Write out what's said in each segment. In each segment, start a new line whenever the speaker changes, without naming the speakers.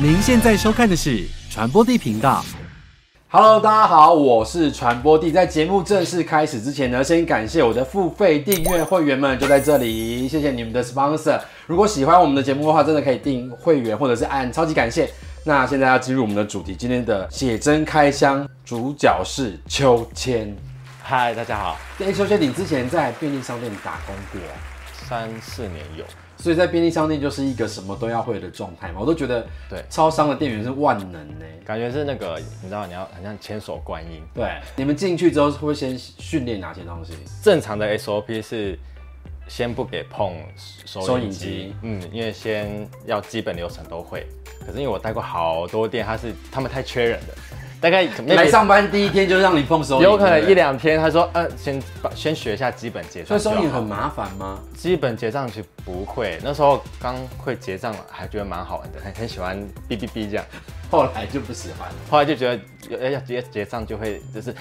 您现在收看的是传播地频道。
Hello，大家好，我是传播帝。在节目正式开始之前呢，先感谢我的付费订阅会员们，就在这里，谢谢你们的 sponsor。如果喜欢我们的节目的话，真的可以订会员或者是按超级感谢。那现在要进入我们的主题，今天的写真开箱，主角是秋千。
嗨，大家好，
哎，秋千，你之前在便利商店打工过，
三四年有，
所以在便利商店就是一个什么都要会的状态嘛？我都觉得
对
超商的店员是万能欸呢、
感觉是那个，你知道你要很像千手观音。
对，你们进去之后会先训练哪些东西？
正常的 SOP 是先不给碰
收
收
银
银
机
机，嗯，因为先要基本流程都会。可是因为我待过好多店，他是他们太缺人了，大概可能
来上班第一天就让你碰手，
有可能一
两。
两天，他说，呃，先把先学一下基本结
所
账
以收
就好，
银很麻烦吗？
基本结账其实不会，那时候刚会结账还觉得蛮好玩的，很很喜欢哔哔哔这样。
后来就不喜欢了，
后来就觉得要要结结账就会就是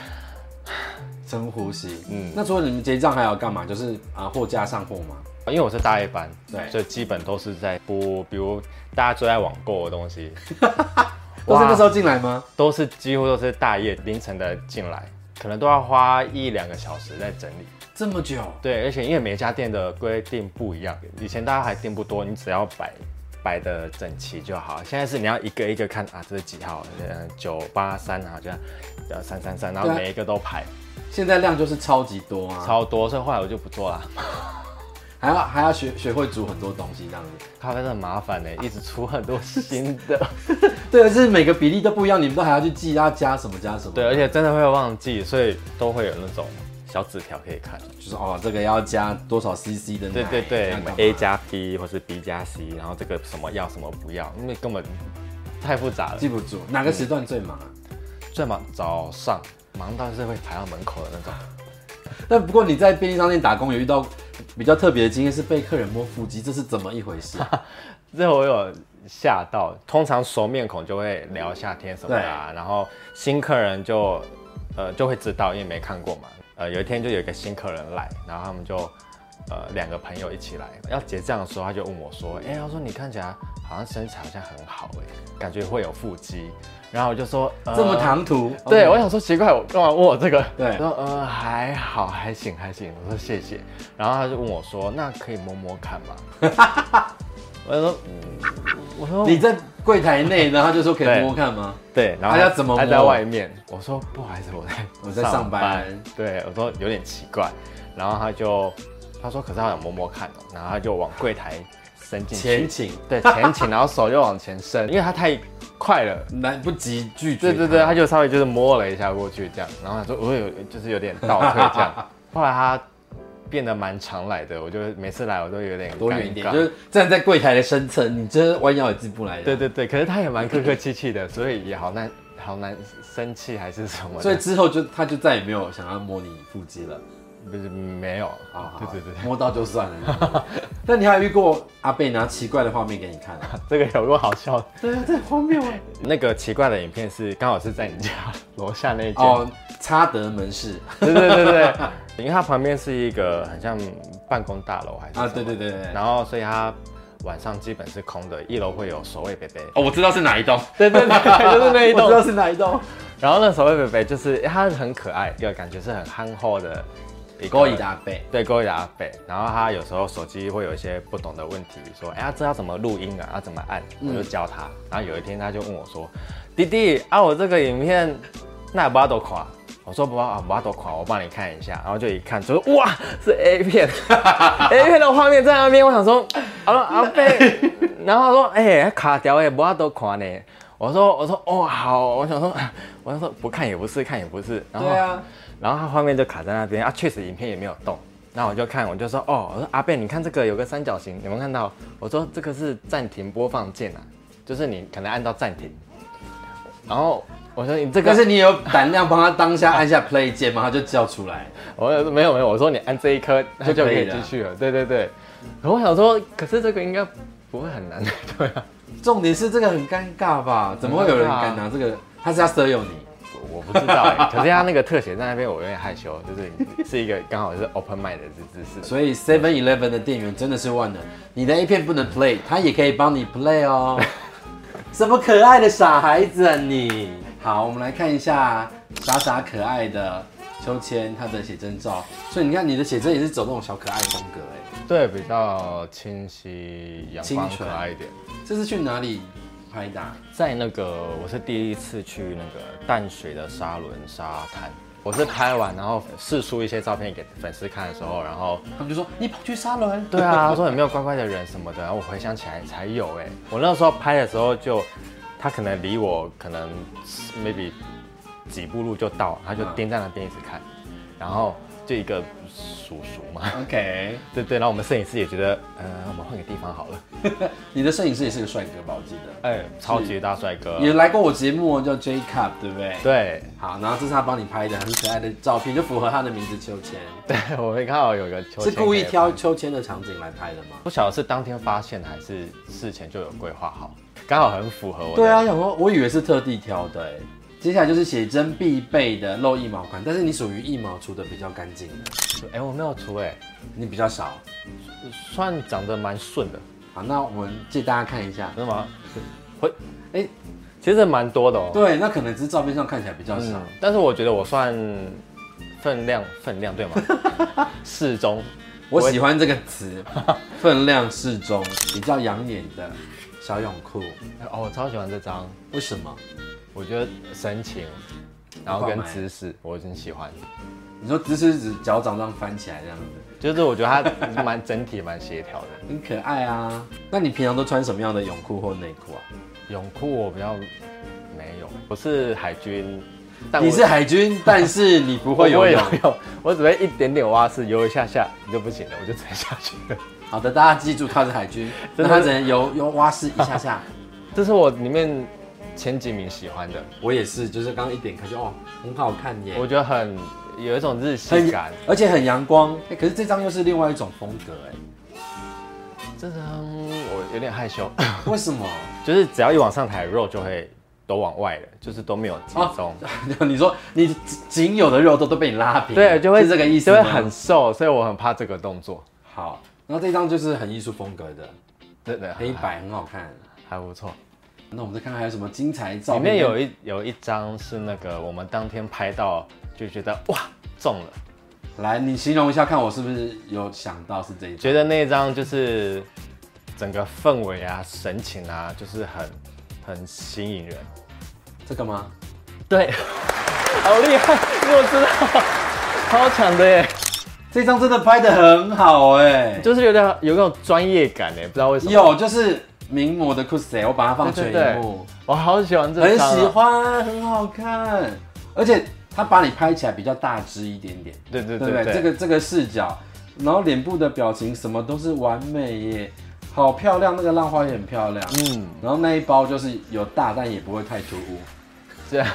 深呼吸。嗯
嗯，
那除了你们结账还有干嘛？就是啊，货架上货吗？
因为我是大一班，
对
所以基本都是在播，比如大家最爱网购的东西，
都是
哇
那时候进来吗？
都是几乎都是大夜凌晨的进来，可能都要花一两个小时在整理。
这么久，
对，而且因为每一家店的规定不一样，以前大家还订不多，你只要摆摆的整齐就好。现在是你要一个一个看啊，这是几号？呃，九八三啊，这样，呃，三三三，然后
对啊
每一个都排
现在量就是超级多啊，
超多，所以后来我就不做了。
还要还要学学会煮很多东西这样子。
咖啡真的很麻烦呢、一直出很多新的。
对，而是每个比例都不一样，你们都还要去记要加什么加什么。
对，而且真的会忘记，所以都会有那种小纸条可以看。
就是哦，这个要加多少 CC 的奶？
对对
这
对
样干嘛
，A 加 B 或是 B 加 C，然后这个什么要什么不要，因为根本太复杂了
记。不住，哪个时段最忙啊？
最忙早上忙到是会排到门口的那种，
那不过你在便利商店打工有遇到比较特别的经验是被客人摸腹肌，这是怎么一回事啊？
这我有吓到。通常熟面孔就会聊夏天什么的、啊，然后新客人就呃就会知道，因为没看过嘛。呃，有一天就有一个新客人来，然后他们就呃两个朋友一起来要结账的时候，他就问我说：“哎、他说你看起来好像身材好像很好哎、感觉会有腹肌。”然后我就说：“呃
这么唐突？哦
对，
OK
我想说奇怪，我干嘛问我这个？
对
他说呃还好，还行还行。我说谢谢，然后他就问我说，那可以摸摸看吗？ 我就说，嗯我说
你在柜台内，然后他就说可以摸摸看吗？
对，然后
他要怎么摸
他在外面，我说不好意思，我在
我在上班
对，我说有点奇怪，然后他就他说可是他想摸摸看哦，然后他就往柜台伸进去，
前倾，
对前倾，然后手就往前伸，因为他太快了。
来不及拒绝。
对对对，，他就稍微就是摸了一下过去这样，然后他说我有就是有点倒退这样， 后来他变得蛮常来的，我就每次来我都有点
多远一点，
尴尬
就是站在柜台的深层，你这弯腰也进不来。
对，对对，可是他也蛮客客气气的，所以也好难好难生气还是什么的，
所以之后就他就再也没有想要摸你腹肌了。
不是没有
好啊好
对对对，
摸到就算了。那你还有遇过阿贝拿奇怪的画面给你看啊？
这个有够好笑的。
对啊，这很荒谬啊！
那个奇怪的影片是刚好是在你家楼下那一间，
哦，差德门市
对对对对，因为它旁边是一个很像办公大楼还是
啊，
什么
对对对对。
然后所以它晚上基本是空的，一楼会有守卫北北。
哦，我知道是哪一栋，
对对对，就是那一
我知道
栋。
是哪一栋。
然后那守卫北北就是诶他很可爱，一个感觉是很憨厚的一个
高以，达贝，
对高一的阿北。然后他有时候手机会有一些不懂的问题，说哎呀这要怎么录音啊，要怎么按，我
嗯
就教他。然后有一天他就问我说，弟弟啊我这个影片那巴多垮。我说不要啊，不要多垮，我帮你看一下，然后就一看，就是哇，是 A 片，A 片的画面在那边，我想说，啊阿贝，然后他说，哎、卡掉哎，不要多垮呢。我说我说哦好，我想说， 我想说不看也不是，看也不是，然后
对啊，
然后他画面就卡在那边啊，确实影片也没有动。那我就看，我就说哦，我说阿贝，你看这个有个三角形，有没有看到？我说这个是暂停播放键啊，就是你可能按到暂停。然后我说你这个
但是你有胆量帮他当下按下 play 键吗？他就叫出来。
我有没有没有，我说你按这一颗，它就可以继续了。对对对，然后我想说，可是这个应该不会很难，对啊，
重点是这个很尴尬吧？怎么会有人敢拿这个？他是要色诱你，
我我不知道哎。 可是他那个特写在那边，我有点害羞，就是是一个刚好是 open mind 的姿姿势。
所以 Seven Eleven 的店员真的是万能。你的 A 片不能 play，他也可以帮你 play 哦。 什么可爱的傻孩子啊你！好，我们来看一下傻傻可爱的秋千她的写真照。所以你看你的写真也是走那种小可爱风格哎。
对，比较清晰、阳光、
清
可
纯
爱一点。
这是去哪里拍的啊、
在那个，我是第一次去那个淡水的沙伦沙滩，我是拍完然后试出一些照片给粉丝看的时候，然后
他们就说你跑去沙轮，
对啊，他说有没有乖乖的人什么的，然后我回想起来才有哎、我那时候拍的时候就，他可能离我可能 maybe 几步路就到，他就
嗯
盯在那边一直看，然后就一个叔叔嘛，
，OK。
对对，然后我们摄影师也觉得，呃，我们换个地方好了，
你的摄影师也是个帅哥吧？我记得
哎、超级大帅哥，
也来过我节目哦，叫 J Cup，对不对？。
对。
好，然后这是他帮你拍的很可爱的照片，就符合他的名字秋千。
对，我们刚好有个秋
是
千
故意
可以
挑秋千的场景来拍的吗？
不晓得是当天发现还是事前就有规划好，刚好很符合我的。
对啊，，想说我以为是特地挑的欸、接下来就是写真必备的露一毛款，但是你属于一毛除的比较干净的，
哎、我没有除哎、
你比较少。
算长得蛮顺的，
好，那我们借大家看一下。
真的吗？会，
哎
其实蛮多的哦、
对，那可能只是照片上看起来比较少
嗯。，但是我觉得我算分量分量对吗？ 适中，
我喜欢这个 词，分量适中，比较养眼的小泳裤。
哦，我超喜欢这张，
为什么？
我觉得神情，然后
我
跟
爆买
姿势我很喜欢，
你说只是指脚掌这样翻起来这样子，
就是我觉得它蛮整体蛮协调的。
很可爱啊。那你平常都穿什么样的泳裤或内裤啊？
泳裤我比较没有，我是海军，但
你
哎我
是海军，但是你不
不会
会
游
游泳。
泳， 我只会一点点蛙式游一下下你就不行了，我就沉下去了。
好的，大家记住他是海军，那
真的
他只能游游蛙式一下 下。
这是我里面前几名喜欢的，
我也是，就是刚刚一点看就哦，很好看耶，
我觉得很有一种日系
很
感。
而且很阳光、欸可是这张又是另外一种风格哎，
这张我有点害羞，
为什么？
就是只要一往上抬，肉就会都往外了，就是都没有集中。
你说你仅有的肉都都被你拉平，
对，就会
是这个意思
就
吗，
会很瘦，所以我很怕这个动作。
好。然后这张就是很艺术风格的，
真的
黑
还
白很好看。
还不错。
那我们再看看还有什么精彩照
里
片，
面有一有一张是那个我们当天拍到就觉得哇中了，
来，你形容一下，看我是不是有想到是这一张？
觉得那一张就是整个氛围啊、神情啊，就是很很吸引人。
这个吗？
对， 好厉害，我知道，超强的耶，
这张真的拍的很好哎、
就是有点有那种专业感哎，不知道为什么。
有就是名模的 c u s e 我把它放全
对对
荧
对
幕，
我好喜欢这
很
张啊
喜。欢，很好看，而且它把你拍起来比较大只一点点，
对对
对不
对
对？
对，
这个这个视角，然后脸部的表情什么都是完美耶，好漂亮，那个浪花也很漂亮，
嗯，
然后那一包就是有大，但也不会太突兀。
这样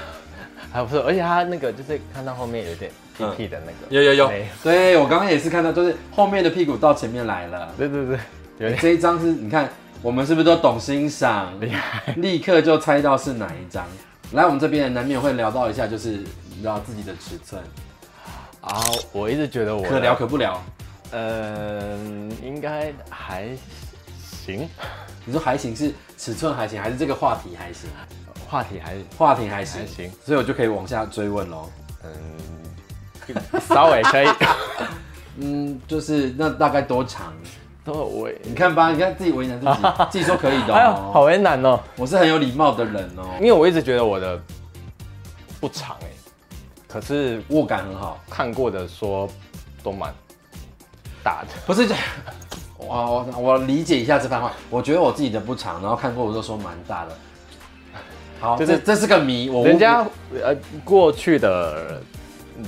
还不错，而且它那个就是看到后面有点屁屁的那个，
嗯有有有
没，
对我刚刚也是看到，就是后面的屁股到前面来了。
对对对，有点
这一张是，你看我们是不是都懂欣赏，
厉害。
立刻就猜到是哪一张？来，我们这边难免会聊到一下，就是你知道自己的尺寸，
啊，我一直觉得我
可聊可不聊。
嗯，应该还行，
你说还行是尺寸还行，还是这个话题还行？
话题还
话题还行，
还行，
所以我就可以往下追问喽。
嗯，稍微 可以。
嗯，就是那大概多长？
都有味，
你看吧，你看自己为难 自己，自己说可以的
哎呦，
哦、
好为难哦，
我是很有礼貌的人哦、
因为我一直觉得我的不长哎、可是
握感很好，
看过的说都蛮大的，
不是 这。我我我理解一下这番话，我觉得我自己的不长，然后看过我都说蛮大的。好，
就是
这这是个谜，我
人家呃过去的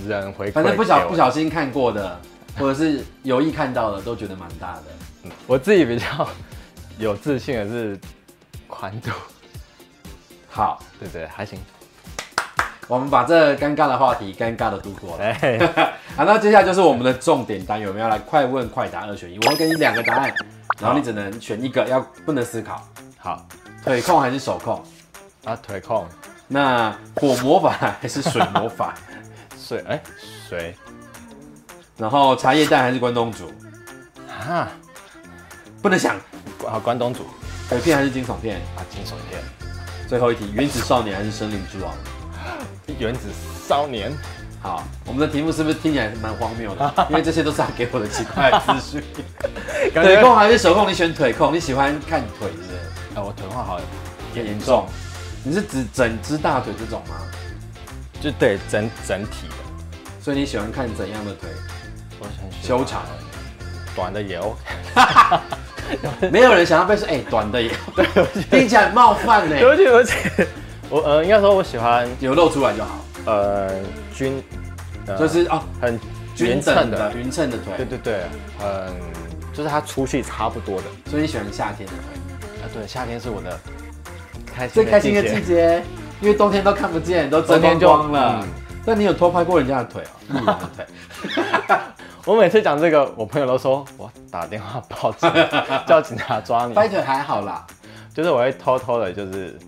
人回馈，
反正不小不，小心看过的，或者是有意看到的，都觉得蛮大的。
我自己比较有自信的是宽度，
好，
对对，还行，
我们把这尴尬的话题尴尬的度过了。
哎，
好，那接下来就是我们的重点单元，我们要来快问快答二选一。我会给你两个答案，然后你只能选一个，要不能思考，
好，
腿控还是手控？
啊腿控
那火魔法还是水魔法？
水哎水
然后茶叶蛋还是关东煮？
啊，
不能想。
好关东煮
鬼片还是惊悚片？
啊惊悚片，
最后一题，原子少年还是森林之王？
原子少年，
好，我们的题目是不是听起来蛮荒谬的？因为这些都是他给我的奇怪的资讯。
感
腿
觉
控还是手控？你选腿控，你喜欢看腿是不是？
哎，我腿况好了，
很严重。你是指整只大腿这种吗？
就对整整体的，
所以你喜欢看怎样的腿？
我很喜欢
修长。
短的也 OK。
没有人想要被说，哎、短的也听起来很冒犯 呢、
对不起，而且我呃，应该说我喜欢
有露出来就好，
呃均，呃
就是哦，
很
均
匀
整
称
的、
的，
匀称的腿。
对对对，嗯，就是它粗细差不多的。
所以你喜欢夏天的腿，
啊，对，夏天是我的开心
最
的
开心的
季
季
节
节，因为冬天都看不见，都遮
冬
光
天就
光了
嗯。
那、你有偷拍过人家的腿哦？路人的腿，
我每次讲这个，我朋友都说我打电话报 警，叫警察抓你。
掰腿还好啦。
就是我会偷偷的，就是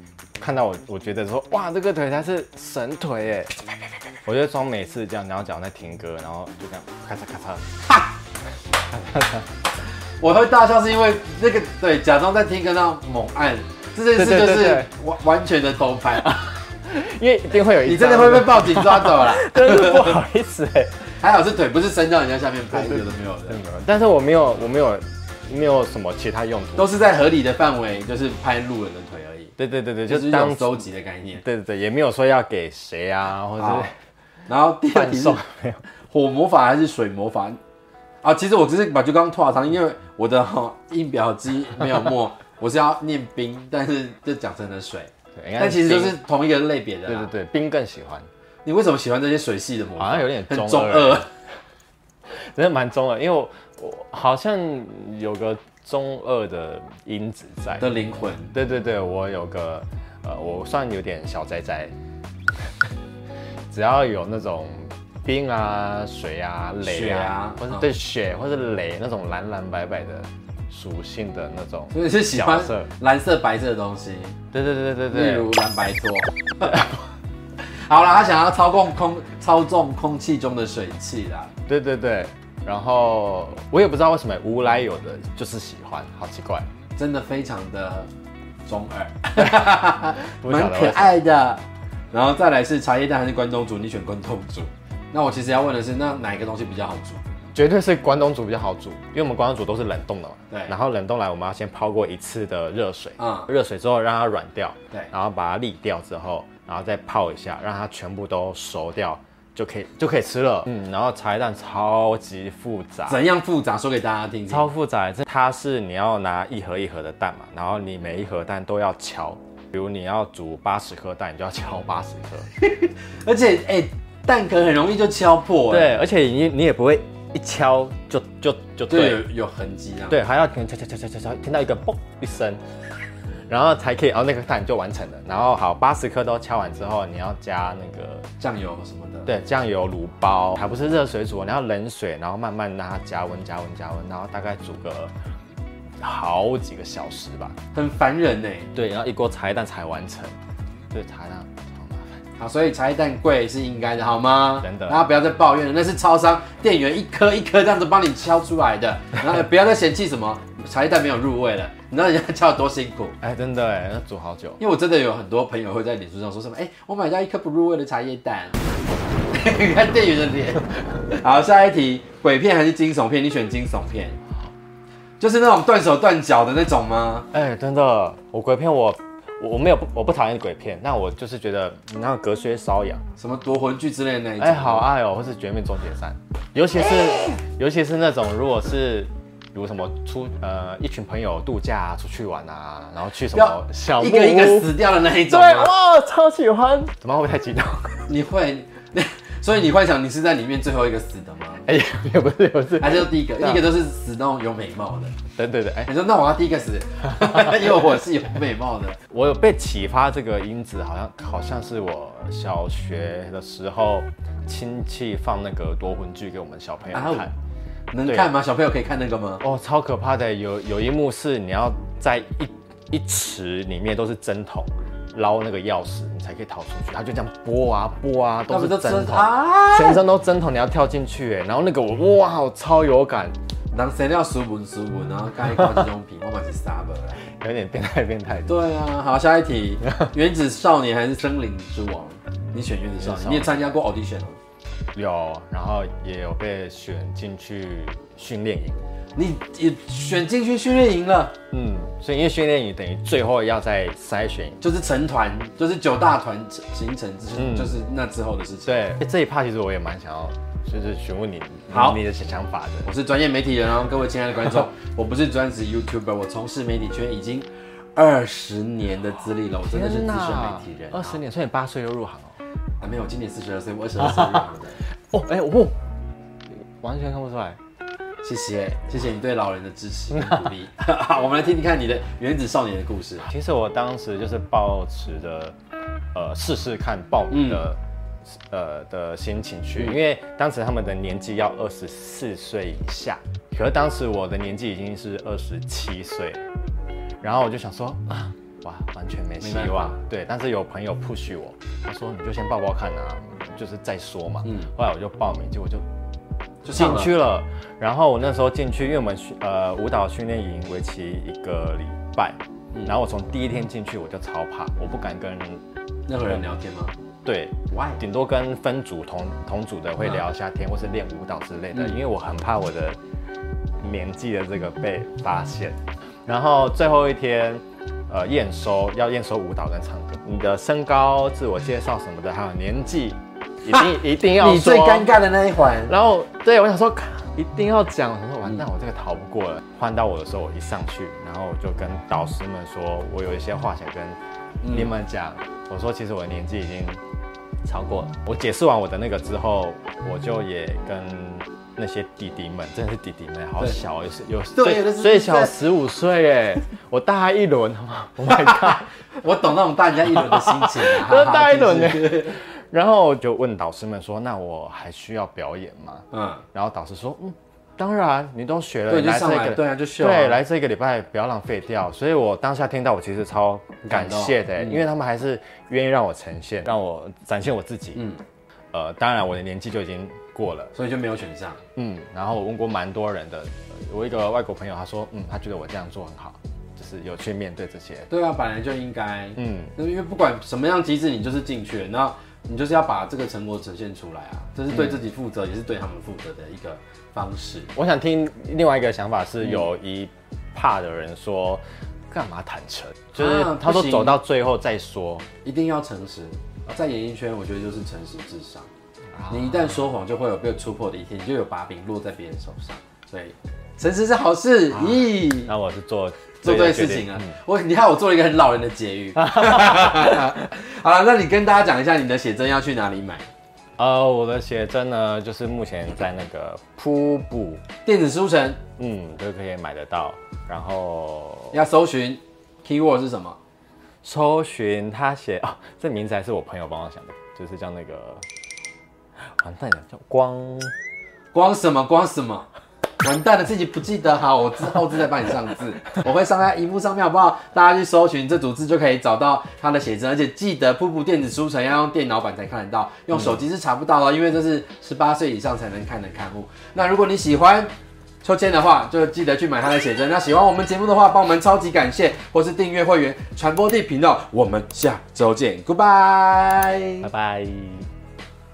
看到我，我觉得说哇，这个腿它是神腿 哎，我就装每次这样，然后脚在停歌，然后就这样咔嚓咔嚓。
我会大笑是因为那个对，假装在听歌那种猛按，这件事
对对
就
对
是
对
完完全的偷 拍。
因为一定会有一，
你真的会被，报警抓走了。
真的是不好意思哎。
还好是腿不是伸到人家下面拍，有的没有的，
但是我没有，我没有，没有什么其他用途。
都是在合理的范围，就是拍路人的腿而已，
对对对对，
就
就是是
一
当
种
周，
收集的概念。
对对对，也没有说要给谁啊，或
好
者
然后第
是
二
贩
题是
售，没有。
火魔法还是水魔法？啊，其实我只是把就刚吐槽，因为我的哈印表机没有墨，我是要念冰，但是就讲成了水，
对，应该
但其实就是啊
冰
同一个类别的
对对
啦。
对，冰更喜欢，
你为什么喜欢这些水系的魔法？
好像有点
嗯很
中
中
二
二。
真的蛮中二，因为我我好像有个中二的因子在。
的灵魂，
对对对，我有个呃，我算有点小宅 宅，只要有那种冰啊、水啊、雷
雪啊
啊，或
嗯
是对雪或是雷那种蓝蓝白白的属性的那种，
所以是喜欢
角色
蓝色、白色的东西。
对对对对
例
对
如
对，
蓝白多。 好啦，他想要操控空操纵空气中的水汽啦。
对对对。然后我也不知道为什么无来有的就是喜欢，好奇怪，
真的非常的中二，
不晓
蛮
得为
可
什么。
爱的。然后再来是茶叶蛋还是关东煮？你选关东煮。那我其实要问的是，那哪一个东西比较好煮？
绝对是关东煮比较好煮，因为我们关东煮都是冷冻的嘛。
对
然后冷冻来，我们要先泡过一次的热水，
嗯
热水之后让它软掉，
对
然后把它沥掉之后，然后再泡一下，让它全部都熟掉，就可以就可以吃了。嗯，然后茶叶蛋超级复杂，
怎样复杂？说给大家听听。
超复杂。这它是你要拿一盒一盒的蛋嘛，然后你每一盒蛋都要敲，比如你要煮八十颗蛋，你就要敲八十颗。
而且，哎、蛋壳很容易就敲破、哎
对，而且你你也不会一敲就就就
就
对了
有有痕迹啊。，
对，还要听敲敲敲敲敲敲，听到一个嘣一声，然后才可以，然后哦那个蛋就完成了。然后好，八十颗都敲完之后，你要加那个
酱油什么的。
对酱油卤包，还不是热水煮，你要冷水，然后慢慢让它加温加温加温，然后大概煮个好几个小时吧。
很烦人哎、
对，然后一锅茶叶蛋才完成。对，茶叶蛋好麻烦。
好，所以茶叶蛋贵是应该的，好吗？
真的
大家不要再抱怨了，那是超商店员一颗一颗这样子帮你敲出来的，然后也呃不要再嫌弃什么茶叶蛋没有入味了，你知道人家敲得多辛苦。
哎，真的哎，那煮好久。
因为我真的有很多朋友会在脸书上说什么，哎、我买到一颗不入味的茶叶蛋， 你看店员的脸。 好，下一题，鬼片还是惊悚片？你选惊悚片，就是那种断手断脚的那种吗？
哎、真的，我鬼片我我我没有不我不讨厌鬼片，那我就是觉得你那个隔靴搔痒。
什么夺魂剧之类的那一种？
哎、好爱哦，或是《绝命终结站》，尤其是、尤其是那种如果是比如什么出呃一群朋友度假、啊、出去玩啊，然后去什
要
么小木
一
屋，
个一个死掉的那一
对
种吗？
哇，超喜欢。怎么会不会太激动？
你会， 所以你幻想你是在里面最后一个死的吗？
哎、也不是也不是，
还是第一个？
对啊
第一个都是死那种有美貌的。
对对对，哎、
你说那我要第一个 死， 因为我是有美貌的。
我有被启发这个因子，好像好像是我小学的时候亲戚放那个夺魂剧给我们小朋友看。
啊能看吗？小朋友可以看那个吗？
哦，超可怕的！有有一幕是你要在一一池里面都是针筒捞那个钥匙，你才可以逃出去。他就这样拨啊拨啊，都是针筒，
啊！
全身都针筒，你要跳进去哎。然后那个我哇，我超有感，
人生了斯文斯文，然后看一看这种品，我嘛是傻不啦。
哎、有点变态变态。
对啊，好，下一 题，原子少年还是森林之王？你选原子少
原
年，
子少年
你也参加过 audition 哦。
有，然后也有被选进去训练营。
你也选进去训练营了，
嗯，所以因为训练营等于最后要再筛选。
就是成团，就是九大团形成之，
嗯
就是那之后的事情。
对，这一趴其实我也蛮想要，就是询问你，
好
你的想法的。
我是专业媒体人哦，各位亲爱的观 众，我不是专职 YouTuber，我从事媒体圈已经二十年的资历了，我真的是资深媒体人、啊。
二十年，所以你八岁就入行哦。
啊，没有，今年四十二岁，我二十 二岁入行的。
哦，哎、我不，完全看不出来。
谢谢，谢谢你对老人的支持跟鼓 励。好，我们来听听看你的原子少年的故事。
其实我当时就是抱持着呃试试看报名的、呃的心情去，因为当时他们的年纪要二十四岁以下，可是当时我的年纪已经是二十七岁，然后我就想说啊。哇，完全没希
没办
望
法。
对，但是有朋友 push 我，他说你就先报报看啊，就是再说嘛。
嗯
后来我就报名，结果就
就上
进
了
去了。然后我那时候进去，因为我们训呃舞蹈训练营为期一个礼拜，
嗯
然后我从第一天进去我就超怕，我不敢跟
任何人聊天吗
对，
？Why？
顶多跟分组同同组的会聊一下天，或是练舞蹈之类的，
嗯
因为我很怕我的年纪的这个被发现。然后最后一天，呃，验收要验收舞蹈跟唱歌，你的身高、自我介绍什么的，还有年纪，一定一定要 说。
你最尴尬的那一环，
然后对我想说，咔一定要讲，我想说完蛋，我这个逃不过了。换到我的时候，我一上去，然后我就跟导师们说，我有一些话想跟你们讲。我说，其实我的年纪已经超过了。我解释完我的那个之后，我就也跟那些弟弟们，真的是弟弟们，好
对
小，有有
对有的
最
是
最小
在
十五岁耶，我大他一轮，好吗？Oh my god！
我懂那种大人家一轮的心情啊，
真的大一轮
呢
呢。然后我就问导师们说，那我还需要表演吗？
嗯，
然后导师说，嗯，当然，你都学了，
对，
你
就
来这
上来，
个，
对啊，就秀啊，
对，来这个礼拜不要浪费掉。所以我当下听到，我其实超感谢的、
感动嗯
因为他们还是愿意让我呈现，让我展现我自己。
嗯，
呃，当然我的年纪就已经过了，
所以就没有选上。
嗯，然后我问过蛮多人的，呃我一个外国朋友他说，嗯，他觉得我这样做很好，就是有去面对这些，
对啊，本来就应该，
嗯，
那因为不管什么样机制，你就是进去了，那你就是要把这个成果呈现出来啊，这是对自己负责，也是对他们负责的一个方式。
我想听另外一个想法是，有一怕的人说，干嘛坦诚？就是
啊
他说
不行
走到最后再说。
一定要诚实，啊在演艺圈，我觉得就是诚实至上。你一旦说谎，就会有被戳破的一天，你就有把柄落在别人手上。所以，诚实是好事。咦、
那我是做
做对事情啊！我你看我做了一个很老人的结语。好了，那你跟大家讲一下你的写真要去哪里买？
呃，我的写真呢，就是目前在那个瀑布，
电子书城
嗯，都可以买得到。然后
要搜寻 keyword 是什么？
搜寻他写 哦，这名字还是我朋友帮我想的，就是叫那个，完蛋了，叫光，
光什么光什么？完蛋了，自己不记得好，我之后字再帮你上字，我会上在荧幕上面好不好？大家去搜寻这组字就可以找到他的写真，而且记得瀑布电子书城要用电脑版才看得到，用手机是查不到的，因为这是十八岁以上才能看的刊物。那如果你喜欢秋千的话，就记得去买他的写真。那喜欢我们节目的话，帮我们超级感谢，或是订阅会员传播地频道。我们下周见，Goodbye
拜。拜。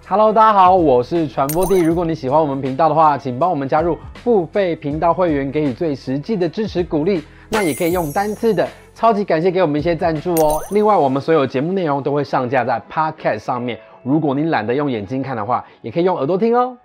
Hello，大家好，我是传播帝。如果你喜欢我们频道的话，请帮我们加入付费频道会员，给予最实际的支持鼓励。那也可以用单次的，超级感谢给我们一些赞助哦。另外，我们所有节目内容都会上架在 Podcast 上面，如果你懒得用眼睛看的话，也可以用耳朵听哦。